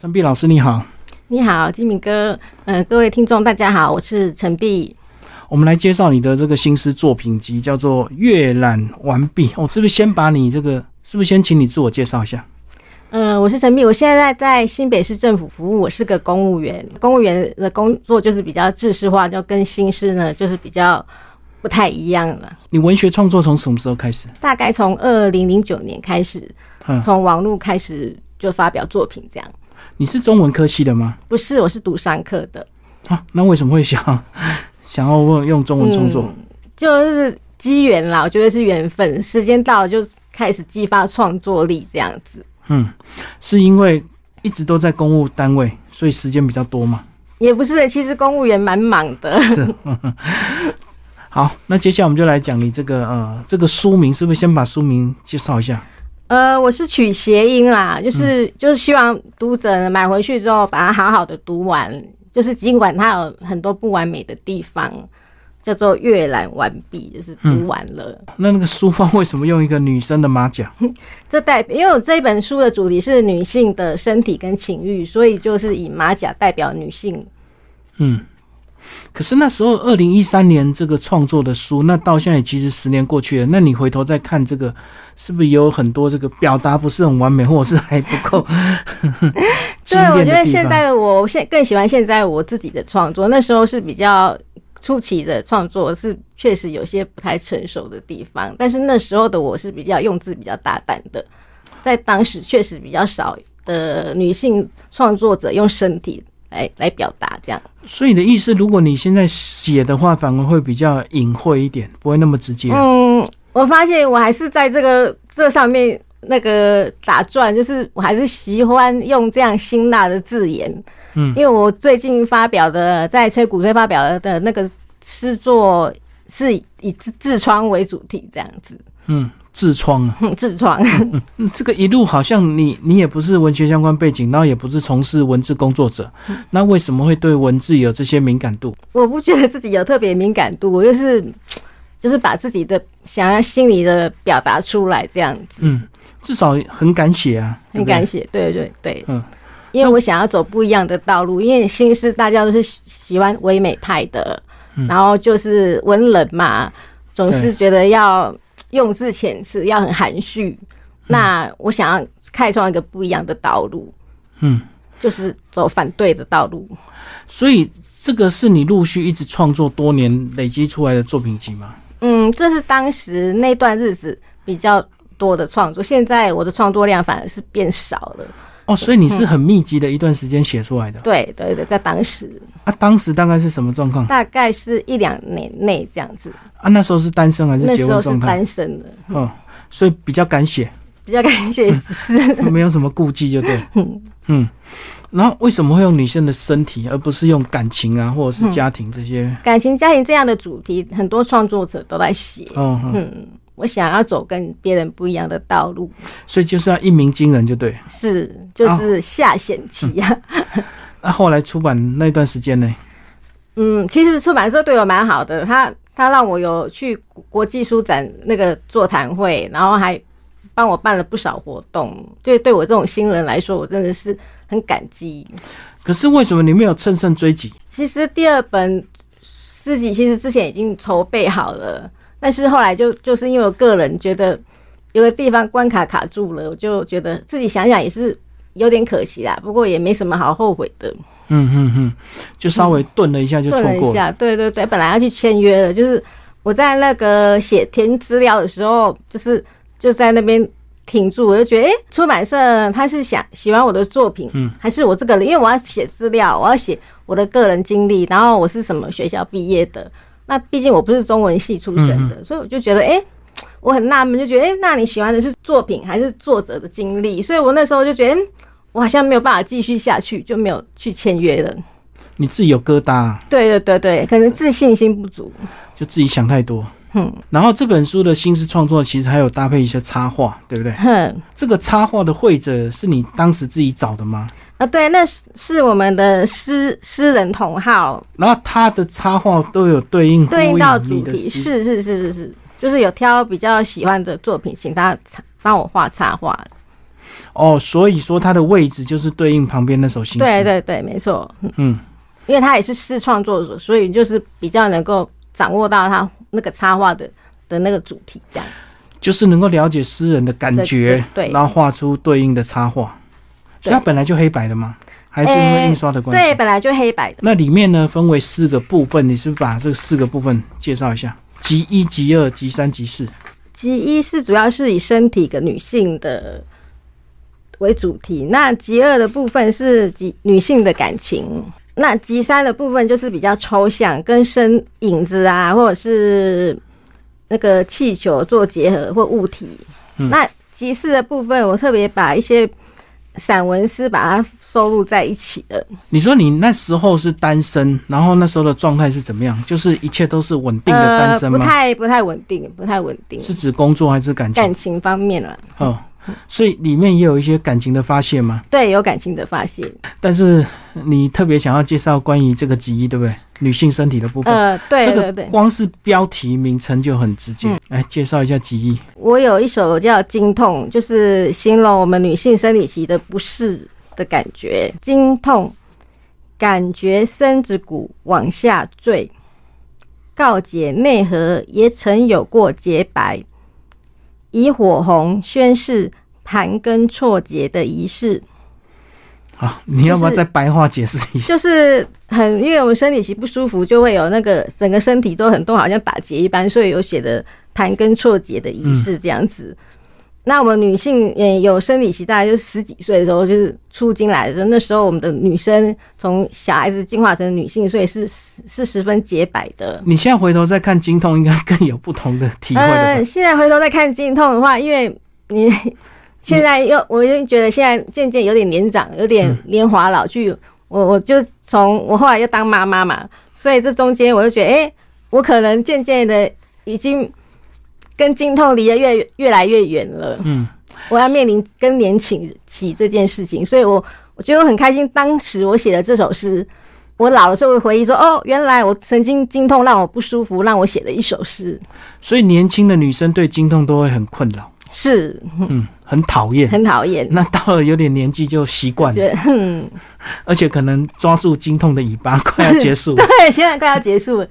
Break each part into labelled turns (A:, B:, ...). A: 陈碧老师你好，
B: 你好，金敏哥，呃，各位听众大家好，我是陈碧。
A: 我们来介绍你的这个新诗作品集，叫做《阅览完毕》。我、哦、是不是先把你这个，是不是先请你自我介绍一下？
B: 呃，我是陈碧，我现在在新北市政府服务，我是个公务员。公务员的工作就是比较制式化，就跟新诗呢就是比较不太一样了。
A: 你文学创作从什么时候开始？
B: 大概从二零零九年开始，
A: 嗯，
B: 从网络开始就发表作品这样。
A: 你是中文科系的吗？
B: 不是，我是读商科的，
A: 啊，那为什么会想 想要问用中文创作？
B: 就是机缘啦，我觉得是缘分，时间到了就开始激发创作力这样子。
A: 嗯是因为一直都在公务单位，所以时间比较多嘛。
B: 也不是，其实公务员蛮忙的。
A: 好，那接下来我们就来讲你这个呃这个书名，是不是先把书名介绍一下？
B: 呃，我是取谐音啦，就是、就是希望读者呢买回去之后，把它好好的读完。就是尽管它有很多不完美的地方，叫做阅览完毕，就是读完了。
A: 那那个书方为什么用一个女生的马甲？
B: 这代表，因为我这本书的主题是女性的身体跟情欲，所以就是以马甲代表女性。
A: 嗯，可是那时候二零一三年这个创作的书，那到现在其实十年过去了，那你回头再看这个，是不是有很多这个表达不是很完美，或者是还不 够精
B: 对，我
A: 炼的地方？
B: 觉得现在的我，我现更喜欢现在我自己的创作。那时候是比较初期的创作，是确实有些不太成熟的地方，但是那时候的我是比较用字比较大胆的，在当时确实比较少的女性创作者用身体来来表达这样。
A: 所以你的意思，如果你现在写的话，反而会比较隐晦一点，不会那么直接。
B: 嗯，我发现我还是在这个这上面那个打转，就是我还是喜欢用这样辛辣的字眼。
A: 嗯
B: 因为我最近发表的在吹鼓吹发表的那个诗作是以痔痔疮为主题，这样子，
A: 嗯，痔疮啊，
B: 哼痔疮。
A: 嗯这个一路好像你你也不是文学相关背景，然后也不是从事文字工作者，
B: 嗯
A: 那为什么会对文字有这些敏感度？
B: 我不觉得自己有特别敏感度，我就是就是把自己的想要心里的表达出来，这样子，
A: 嗯，至少很敢写啊，
B: 很
A: 对
B: 敢
A: 不对
B: 写。对对对，
A: 嗯，
B: 因为我想要走不一样的道路，因为新诗大家都是喜喜欢唯美派的，
A: 嗯
B: 然后就是文人嘛，总是觉得要用字遣词要很含
A: 嗯
B: 蓄。那我想要开创一个不一样的道路，
A: 嗯，
B: 就是走反对的道路。
A: 所以这个是你陆续一直创作多年累积出来的作品集吗？
B: 嗯，这是当时那段日子比较多的创作，现在我的创作量反而是变少了。
A: 哦，所以你是很密集的一段时间写出来的。
B: 对对对，在当时
A: 啊，当时大概是什么状况？
B: 大概是一两年内这样子，
A: 啊，那时候是单身还是
B: 那
A: 结
B: 时
A: 婚
B: 候是
A: 状态？
B: 单身的，
A: 嗯，所以比较敢写，
B: 比较感 谢不是。
A: 没有什么顾忌，就对。嗯，然后为什么会用女生的身体，而不是用感情啊，或者是家庭这些？
B: 感情、家庭这样的主题，很多创作者都在写。
A: 哦，嗯
B: 嗯，我想要走跟别人不一样的道路，
A: 所以就是要一鸣惊人，就对。
B: 是
A: 哦
B: 就是下险棋啊。
A: 那、后来出版那段时间呢？
B: 嗯，其实出版社对我蛮好的，他他让我有去国际书展那个座谈会，然后还帮我办了不少活动。对，对我这种新人来说，我真的是很感激。
A: 可是为什么你没有乘胜追击？
B: 其实第二本诗集其实之前已经筹备好了，但是后来就就是因为我个人觉得有个地方关卡卡住了，我就觉得自己想想也是有点可惜啦。不过也没什么好后悔的，
A: 嗯嗯嗯，就稍微顿了一下就错
B: 顿了一
A: 过了。
B: 下，对对对，本来要去签约了，就是我在那个写填资料的时候，就是就在那边。停住，我就觉得，哎、出版社他是想喜欢我的作品，
A: 嗯，
B: 还是我这个人？因为我要写资料，我要写我的个人经历，然后我是什么学校毕业的。那毕竟我不是中文系出身
A: 嗯
B: 的，所以我就觉得，哎、我很纳闷，就觉得，哎、那你喜欢的是作品还是作者的经历？所以我那时候就觉得，嗯我好像没有办法继续下去，就没有去签约了。
A: 你自己有疙瘩、啊，
B: 对对对对，可能自信心不足。
A: 就自己想太多。
B: 嗯，
A: 然后这本书的新式创作其实还有搭配一些插画，对不对？
B: 哼，
A: 这个插画的绘者是你当时自己找的吗？
B: 啊，对，那是是我们的诗诗人同号
A: 然后他的插画都有对应
B: 对应到
A: 呼你
B: 主
A: 的
B: 题，
A: 诗
B: 是是是是是，就是有挑比较喜欢的作品，请他插帮我画插画。
A: 哦，所以说它的位置就是对应旁边那首新诗。
B: 对对对，没错，
A: 嗯，
B: 因为他也是试创作者，所以就是比较能够掌握到他那个插画的的那个主题，这样
A: 就是能够了解诗人的感觉，
B: 对对对
A: 然后画出对应的插画。所以
B: 对
A: 它本来就黑白的吗？还是因为
B: 诶
A: 印刷的关系？
B: 对，本来就黑白的。
A: 那里面呢分为四个部分，你是不是把这四个部分介绍一下？集一、集二、集三、集四。
B: 其一是主要是以身体跟女性的为主题，那极二的部分是极女性的感情，那极三的部分就是比较抽象，跟身影子啊，或者是那个气球做结合或物体。
A: 嗯
B: 那极四的部分，我特别把一些散文诗把它收录在一起了。
A: 你说你那时候是单身，然后那时候的状态是怎么样？就是一切都是稳定的单身
B: 呃、
A: 吗？
B: 不太不太稳定，不太稳定，
A: 是指工作还是感情？
B: 感情方面啊了，
A: 哦，所以里面也有一些感情的发泄嘛。
B: 对，有感情的发泄。
A: 但是你特别想要介绍关于这个集一，对不对？女性身体的部分，
B: 呃，对对对。嗯
A: 这个光是标题名称就很直接。来介绍一下集一。
B: 我有一首叫《经痛》，就是形容我们女性生理期的不适的感觉。经痛，感觉身子骨往下坠，告解内核也曾有过洁白，以火红宣示盘根错节的仪式，
A: 好，你要不要
B: 就是
A: 再白话解释 一下？
B: 就是很因为我们生理期不舒服，就会有那个整个身体都很痛，好像打结一般，所以有写的盘根错节的仪式这样子。那我们女性也有生理期，大概就是十几岁的时候，就是初经来的时候，那时候我们的女生从小孩子进化成女性，所以是是十分洁白的。
A: 你现在回头再看经痛，应该更有不同的体会嗯了吧？
B: 呃，现在回头再看经痛的话，因为你现在又，我就觉得现在渐渐有点年长，有点
A: 嗯
B: 年华老去。我我就从我后来又当妈妈嘛，所以这中间我就觉得，哎、我可能渐渐的已经跟经痛离得越越来越远了。
A: 嗯，
B: 我要面临更年期期这件事情，所以我我觉得我很开心。当时我写的这首诗，我老的时候会回忆说，哦，原来我曾经经痛让我不舒服，让我写的一首诗，
A: 所以年轻的女生对经痛都会很困扰，
B: 是
A: 嗯，很讨厌。
B: 很讨厌。
A: 那到了有点年纪就习惯了，
B: 觉得哼，
A: 而且可能抓住经痛的尾巴，快要结束了。
B: 对，现在快要结束了。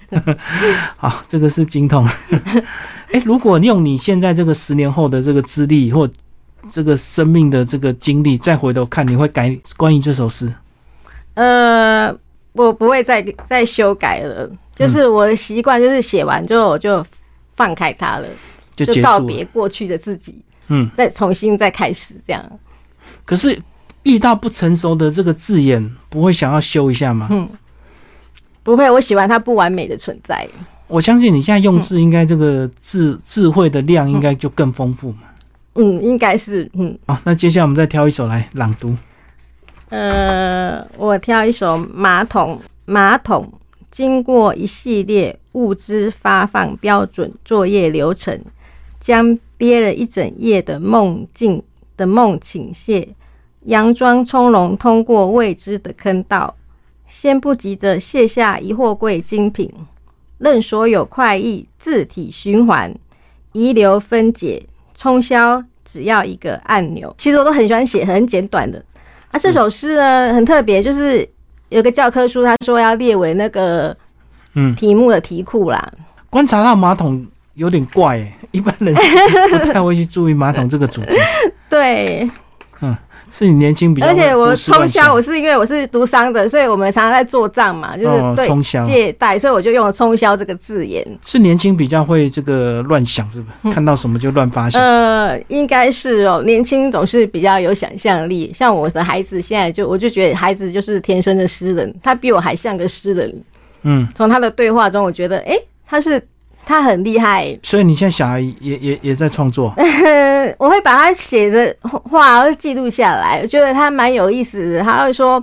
A: 好，这个是经痛。 哎、如果用你现在这个十年后的这个资历或这个生命的这个经历，再回头看，你会改关于这首诗？
B: 呃，我不会再再修改了，
A: 嗯
B: 就是我的习惯，就是写完之后我就放开它了，
A: 就
B: 就
A: 结
B: 告
A: 束了。
B: 别过去的自己，
A: 嗯，
B: 再重新再开始这样。
A: 可是遇到不成熟的这个字眼，不会想要修一下吗？
B: 不会，我喜欢它不完美的存在。
A: 我相信你现在用
B: 嗯
A: 字应该这个智、智慧的量应该就更丰富嘛。
B: 嗯，应该是嗯
A: 好，那接下来我们再挑一首来朗读。
B: 呃，我挑一首《马桶》。马桶经过一系列物资发放标准作业流程，将憋了一整夜的梦境的梦倾泻，佯装从容通过未知的坑道，先不急着卸下一货柜精品，任所有快意自体循环，遗留分解冲销，只要一个按钮。其实我都很喜欢写很简短的啊。这首诗呢很特别，就是有个教科书他说要列为那个
A: 嗯
B: 题目的题库啦。
A: 观察到马桶有点怪、欸，一般人不太会去注意马桶这个 主题，
B: 对，
A: 是你年轻比较会
B: 而
A: 胡思
B: 且
A: 乱
B: 我
A: 想，
B: 冲销，我是因为我是读商的，所以我们常常在做账嘛，就是
A: 哦
B: 对、
A: 冲销
B: 借贷，所以我就用了“冲销”这个字眼。
A: 是年轻比较会这个乱想，是不是？
B: 嗯
A: 看到什么就乱发想。
B: 呃，应该是哦，年轻总是比较有想象力。像我的孩子现在就，我就觉得孩子就是天生的诗人，他比我还像个诗人。
A: 嗯，
B: 从他的对话中，我觉得，诶，他是他很厉害。
A: 所以你现在小孩也也也在创作，
B: 我会把他写的话会记录下来，我觉得他蛮有意思的。他会说，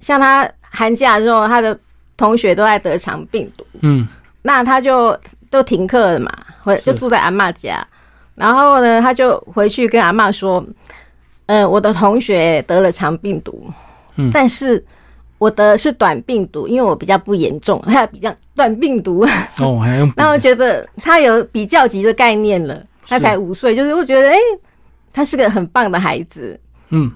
B: 像他寒假的时候，他的同学都在得肠病毒。
A: 嗯，
B: 那他就都停课了嘛，回
A: 是
B: 就住在阿嬷家。然后呢，他就回去跟阿嬷说：“呃，我的同学得了肠病毒，
A: 嗯
B: 但是我得的是短病毒，因为我比较不严重， 他比较短病毒。
A: 哦，还 用笔
B: 那我觉得他有比较级的概念了，他
A: 是
B: 才五岁，就是我觉得哎、他是个很棒的孩子。
A: 嗯，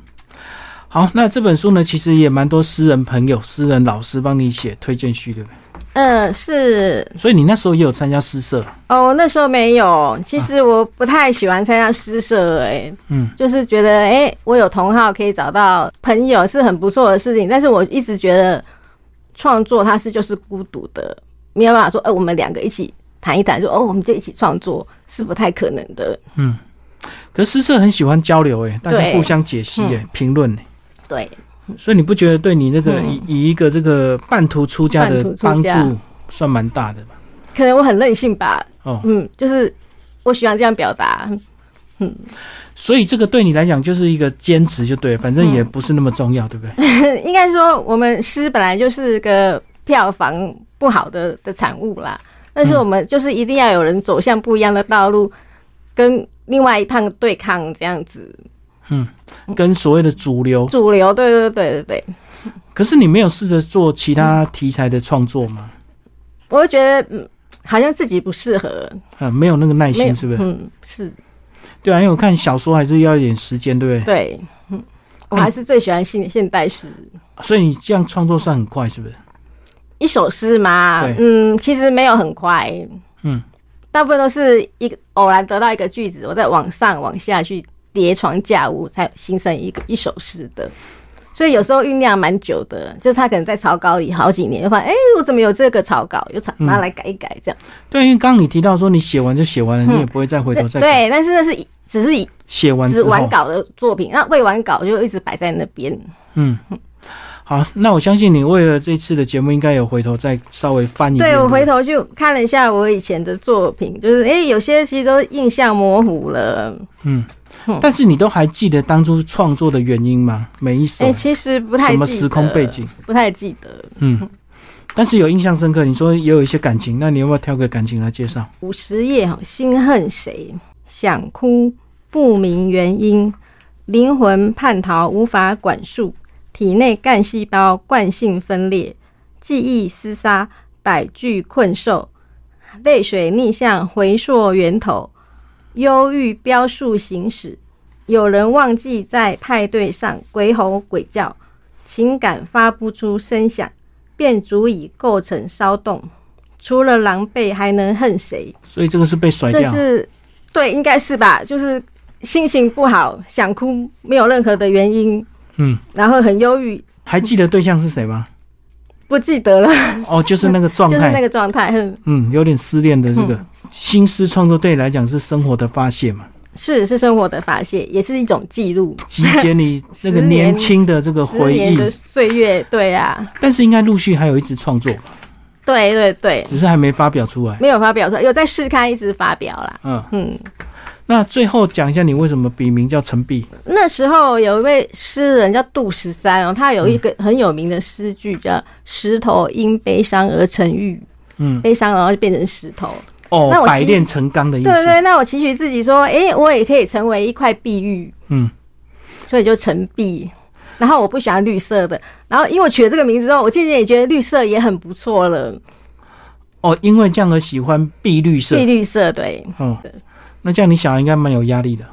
A: 好，那这本书呢，其实也蛮多诗人朋友、诗人老师帮你写推荐序，对不对？
B: 嗯，是
A: 所以你那时候也有参加诗社，
B: 哦，那时候没有。其实我不太喜欢参加诗社、哎、
A: 嗯，
B: 就是觉得，哎、我有同好可以找到朋友是很不错的事情。但是我一直觉得，创作它是就是孤独的，没有办法说，哎、我们两个一起谈一谈，说，哦，我们就一起创作是不太可能的。
A: 可是诗社很喜欢交流、诶，大家
B: 对嗯
A: 互相解析、诶，评论、诶
B: 对，
A: 所以你不觉得对你那个、以以一个这个半途出家的
B: 嗯半途出
A: 帮
B: 家
A: 助算蛮大的吧？
B: 可能我很任性吧。
A: 哦
B: 嗯，就是我喜欢这样表达。
A: 所以这个对你来讲就是一个坚持，就对了，反
B: 嗯
A: 正也不是那么重要，对不对？
B: 应该说，我们诗本来就是个票房不好的的产物啦。但是我们就是一定要有人走向不一样的道路，跟另外一趟对抗，这样子嗯
A: 跟所谓的主流，
B: 主流。对对对对对，
A: 可是你没有试着做其他题材的创作吗？
B: 我会觉得嗯，好像自己不适合，
A: 啊，没有那个耐
B: 没有
A: 心，是不是？
B: 嗯，是
A: 对啊，因为我看小说还是要一点时间，对不对？
B: 对，嗯，我还是最喜欢现现代诗。
A: 所以你这样创作算很快，是不是？
B: 一首诗嘛
A: 对，
B: 嗯，其实没有很快，
A: 嗯，
B: 大部分都是一个偶然得到一个句子，我再往上往下去叠床架屋，才形成一个一首诗的。所以有时候酝酿蛮久的，就是他可能在草稿里好几年，就发现哎、我怎么有这个草稿，又草
A: 嗯
B: 拿来改一改这样。
A: 对，因为刚刚你提到说你写完就写完了，你也不会再回头再改
B: 嗯对，但是那是一只是一
A: 写完
B: 只
A: 之
B: 完
A: 后，
B: 稿的作品，那未完稿就一直摆在那边。
A: 嗯。好，那我相信你为了这次的节目，应该有回头再稍微翻一遍。
B: 对我回
A: 头
B: 头去看了一下我以前的作品，就是哎、有些其实都印象模糊了。
A: 但是你都还记得当初创作的原因吗？每一首
B: 哎、其实不太
A: 哦什
B: 记
A: 么
B: 得
A: 时空背景？
B: 不太记得，
A: 嗯，但是有印象深刻。你说也有一些感情，那你要不要挑个感情来介绍？
B: 五十页哈，心恨谁？想哭，不明原因，灵魂叛逃，无法管束，体内干细胞惯性分裂，记忆厮杀，百具困兽，泪水逆向回溯源头，忧郁标述行驶，有人忘记在派对上鬼吼鬼叫，情感发不出声响，便足以构成骚动。除了狼狈，还能恨谁？
A: 所以这个是被甩
B: 这
A: 掉，
B: 是对，应该是吧？就是心情不好，想哭，没有任何的原因，
A: 嗯，
B: 然后很忧郁，
A: 还记得对象是谁吗？
B: 不记得了，
A: 哦，就是那个状
B: 嗯就是
A: 态，
B: 那个嗯状态。嗯，
A: 嗯，有点失恋的这个新诗创作对你来讲是生活的发泄嘛，
B: 是是生活的发泄，也是一种记录，
A: 集结 你那个
B: 十年
A: 年轻的这个
B: 十
A: 回
B: 年
A: 忆，
B: 的岁月。对啊，
A: 但是应该陆续还有一直创作吧，
B: 对对对，
A: 只是还没发表出来。
B: 没有发表出来，有在试刊一直发表啦。
A: 嗯，
B: 嗯，
A: 那最后讲一下你为什么笔名叫陈碧，
B: 那时候有一位诗人叫杜十三哦，他有一个很有名的诗句叫“石头因悲伤而成玉”，
A: 嗯，
B: 悲伤然后就变成石头。
A: 哦
B: 那，我其
A: 百炼成钢的意
B: 对对
A: 思。
B: 对，那我期许自己说，诶，我也可以成为一块碧玉，
A: 嗯，
B: 所以就成碧。然后我不喜欢绿色的，然后因为我取了这个名字之后，我渐渐也觉得绿色也很不错了，
A: 哦，因为这样而喜欢碧绿色
B: 碧。绿色对，
A: 哦，那这样你小孩应该蛮有压力 的，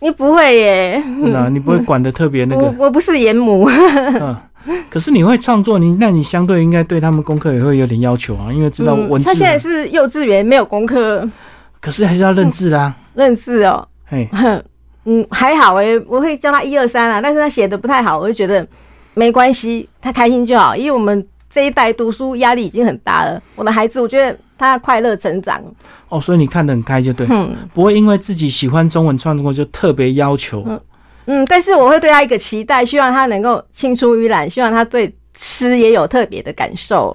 B: 你不会耶，
A: 真的啊、你不会管的特别那
B: 我
A: 个。
B: 我不是严母，
A: 嗯，可是你会创作，你那你相对应该对他们功课也会有点要求啊，因为知道文
B: 嗯
A: 字
B: 他
A: 嘛。
B: 现在是幼稚园没有功课
A: 可是还是要认字的啊。
B: 认字哦，
A: 嘿，
B: 哼，嗯，还好诶，我会教他一二三啦，啊但是他写的不太好，我就觉得没关系，他开心就好，因为我们这一代读书压力已经很大了，我的孩子我觉得他快乐成长，
A: 哦，所以你看得很开就对，
B: 嗯
A: 不会因为自己喜欢中文创作就特别要求。
B: 嗯嗯，但是我会对他一个期待，希望他能够青出于蓝，希望他对诗也有特别的感受。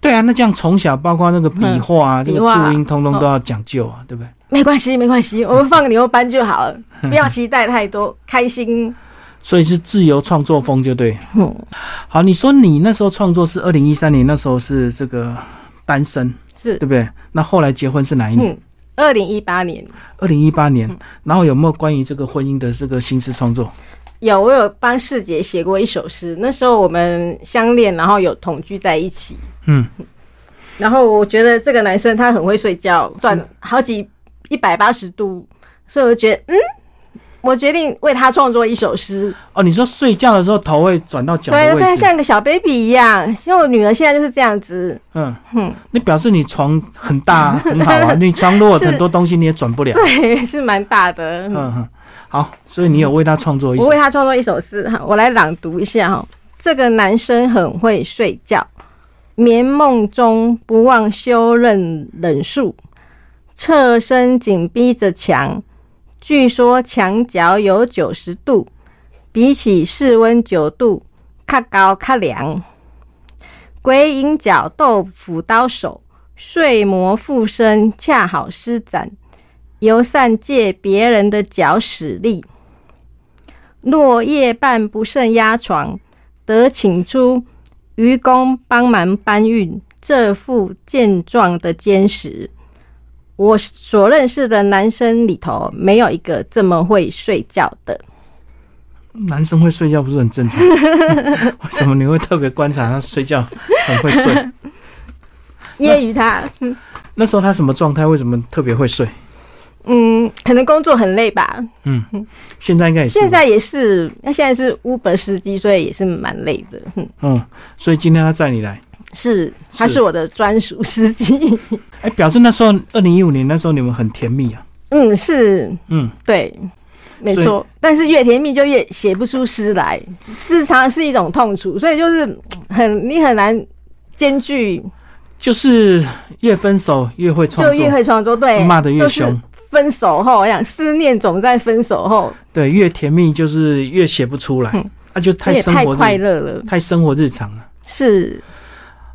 A: 对啊，那这样从小包括那个笔画啊，
B: 嗯
A: 这个
B: 笔画
A: 注音，通通都要讲究啊，对不对？
B: 没关系，没 关系，我们放个牛班就好了，不要期待太多，开心。
A: 所以是自由创作风就对。
B: 嗯
A: 好，你说你那时候创作是二零一三年，那时候是这个单身，
B: 是
A: 对，不对？那后来结婚是哪一年？
B: 嗯，二零一八年
A: 二零一八年，然后有没有关于这个婚姻的这个新式创作？
B: 有我有帮世杰写过一首诗，那时候我们相恋，然后有同居在一起，
A: 嗯，
B: 然后我觉得这个男生他很会睡觉，转好几一百八十度，所以我就觉得嗯，我决定为他创作一首诗，
A: 哦，你说睡觉的时候头会转到脚的
B: 对，
A: 位
B: 对，
A: 置，
B: 像个小 baby 一样。像我女儿现在就是这样子，
A: 嗯，
B: 嗯，
A: 那表示你床很大啊，很好 啊。你床如果
B: 是
A: 很多东西你也转不了，
B: 对，是蛮大 的。嗯
A: 嗯嗯，好，所以你有为他创作一
B: 我
A: 首
B: 为他创作一首诗哈，我来朗读一下哈。这个男生很会睡觉，眠梦中不忘修润冷树，侧身紧逼着墙。据说墙角有九十度，比起室温九度，较高较凉。鬼影角豆腐刀手，睡魔附身恰好施展，游散借别人的脚使力。落叶半不胜压床，得请出愚公帮忙搬运这副健壮的坚实。我所认识的男生里头，没有一个这么会睡觉的。
A: 男生会睡觉不是很正常？ 为什么你会特别观察他睡觉很会睡？
B: 揶揄他，
A: 那时候他什么状态？为什么特别会睡？
B: 嗯，可能工作很累吧。
A: 现在应该也是吧。
B: 现在也是，那现在是 Uber 司机，所以也是蛮累的。嗯，
A: 嗯，所以今天他载你来，
B: 是，他
A: 是
B: 是我的专属司机。
A: 哎、表示那时候二零一五年那时候你们很甜蜜啊。
B: 嗯，是，
A: 嗯，
B: 对，没
A: 所以
B: 错。但是越甜蜜就越写不出诗来，时常是一种痛楚，所以就是嗯很你很难兼具，
A: 就是越分手越会创
B: 就
A: 作，
B: 越会创作，对，
A: 骂得越
B: 就是
A: 凶，
B: 分手后，我想思念总在分手后，
A: 对，越甜蜜就是越写不出来，那、啊
B: 嗯
A: 就
B: 这
A: 太
B: 也
A: 生
B: 太
A: 活
B: 快
A: 日
B: 乐了。
A: 太生活日常了。
B: 是，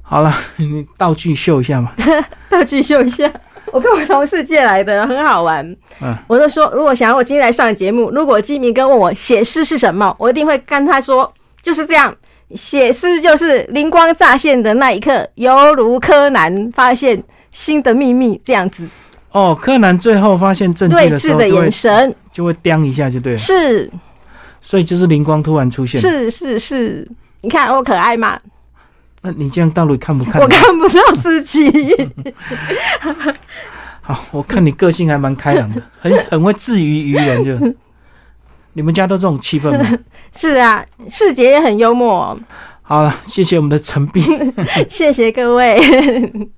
A: 好了， 你道具秀一下嘛。
B: 道具秀一下。我跟我同事借来的，很好玩。
A: 嗯
B: 我就说，如果想要我今天来上节目，如果基民哥问我写诗是什么，我一定会跟他说，就是这样。写诗就是灵光乍现的那一刻，犹如柯南发现新的秘密这样子，
A: 哦，柯南最后发现证据
B: 睿
A: 的时
B: 智
A: 候，
B: 的
A: 就会
B: 眼神，
A: 就会叮一下就对了，
B: 是
A: 所以就是灵光突然出现。，
B: 是是是，你看我哦可爱吗？
A: 那你这样到底看不看？
B: 我看不到自己，
A: 好，我看你个性还蛮开朗的，很很会自娱于人就。你们家都这种气氛吗？
B: 是啊，世杰也很幽默哦、
A: 哎好了，谢谢我们的陈碧
B: 谢谢各位。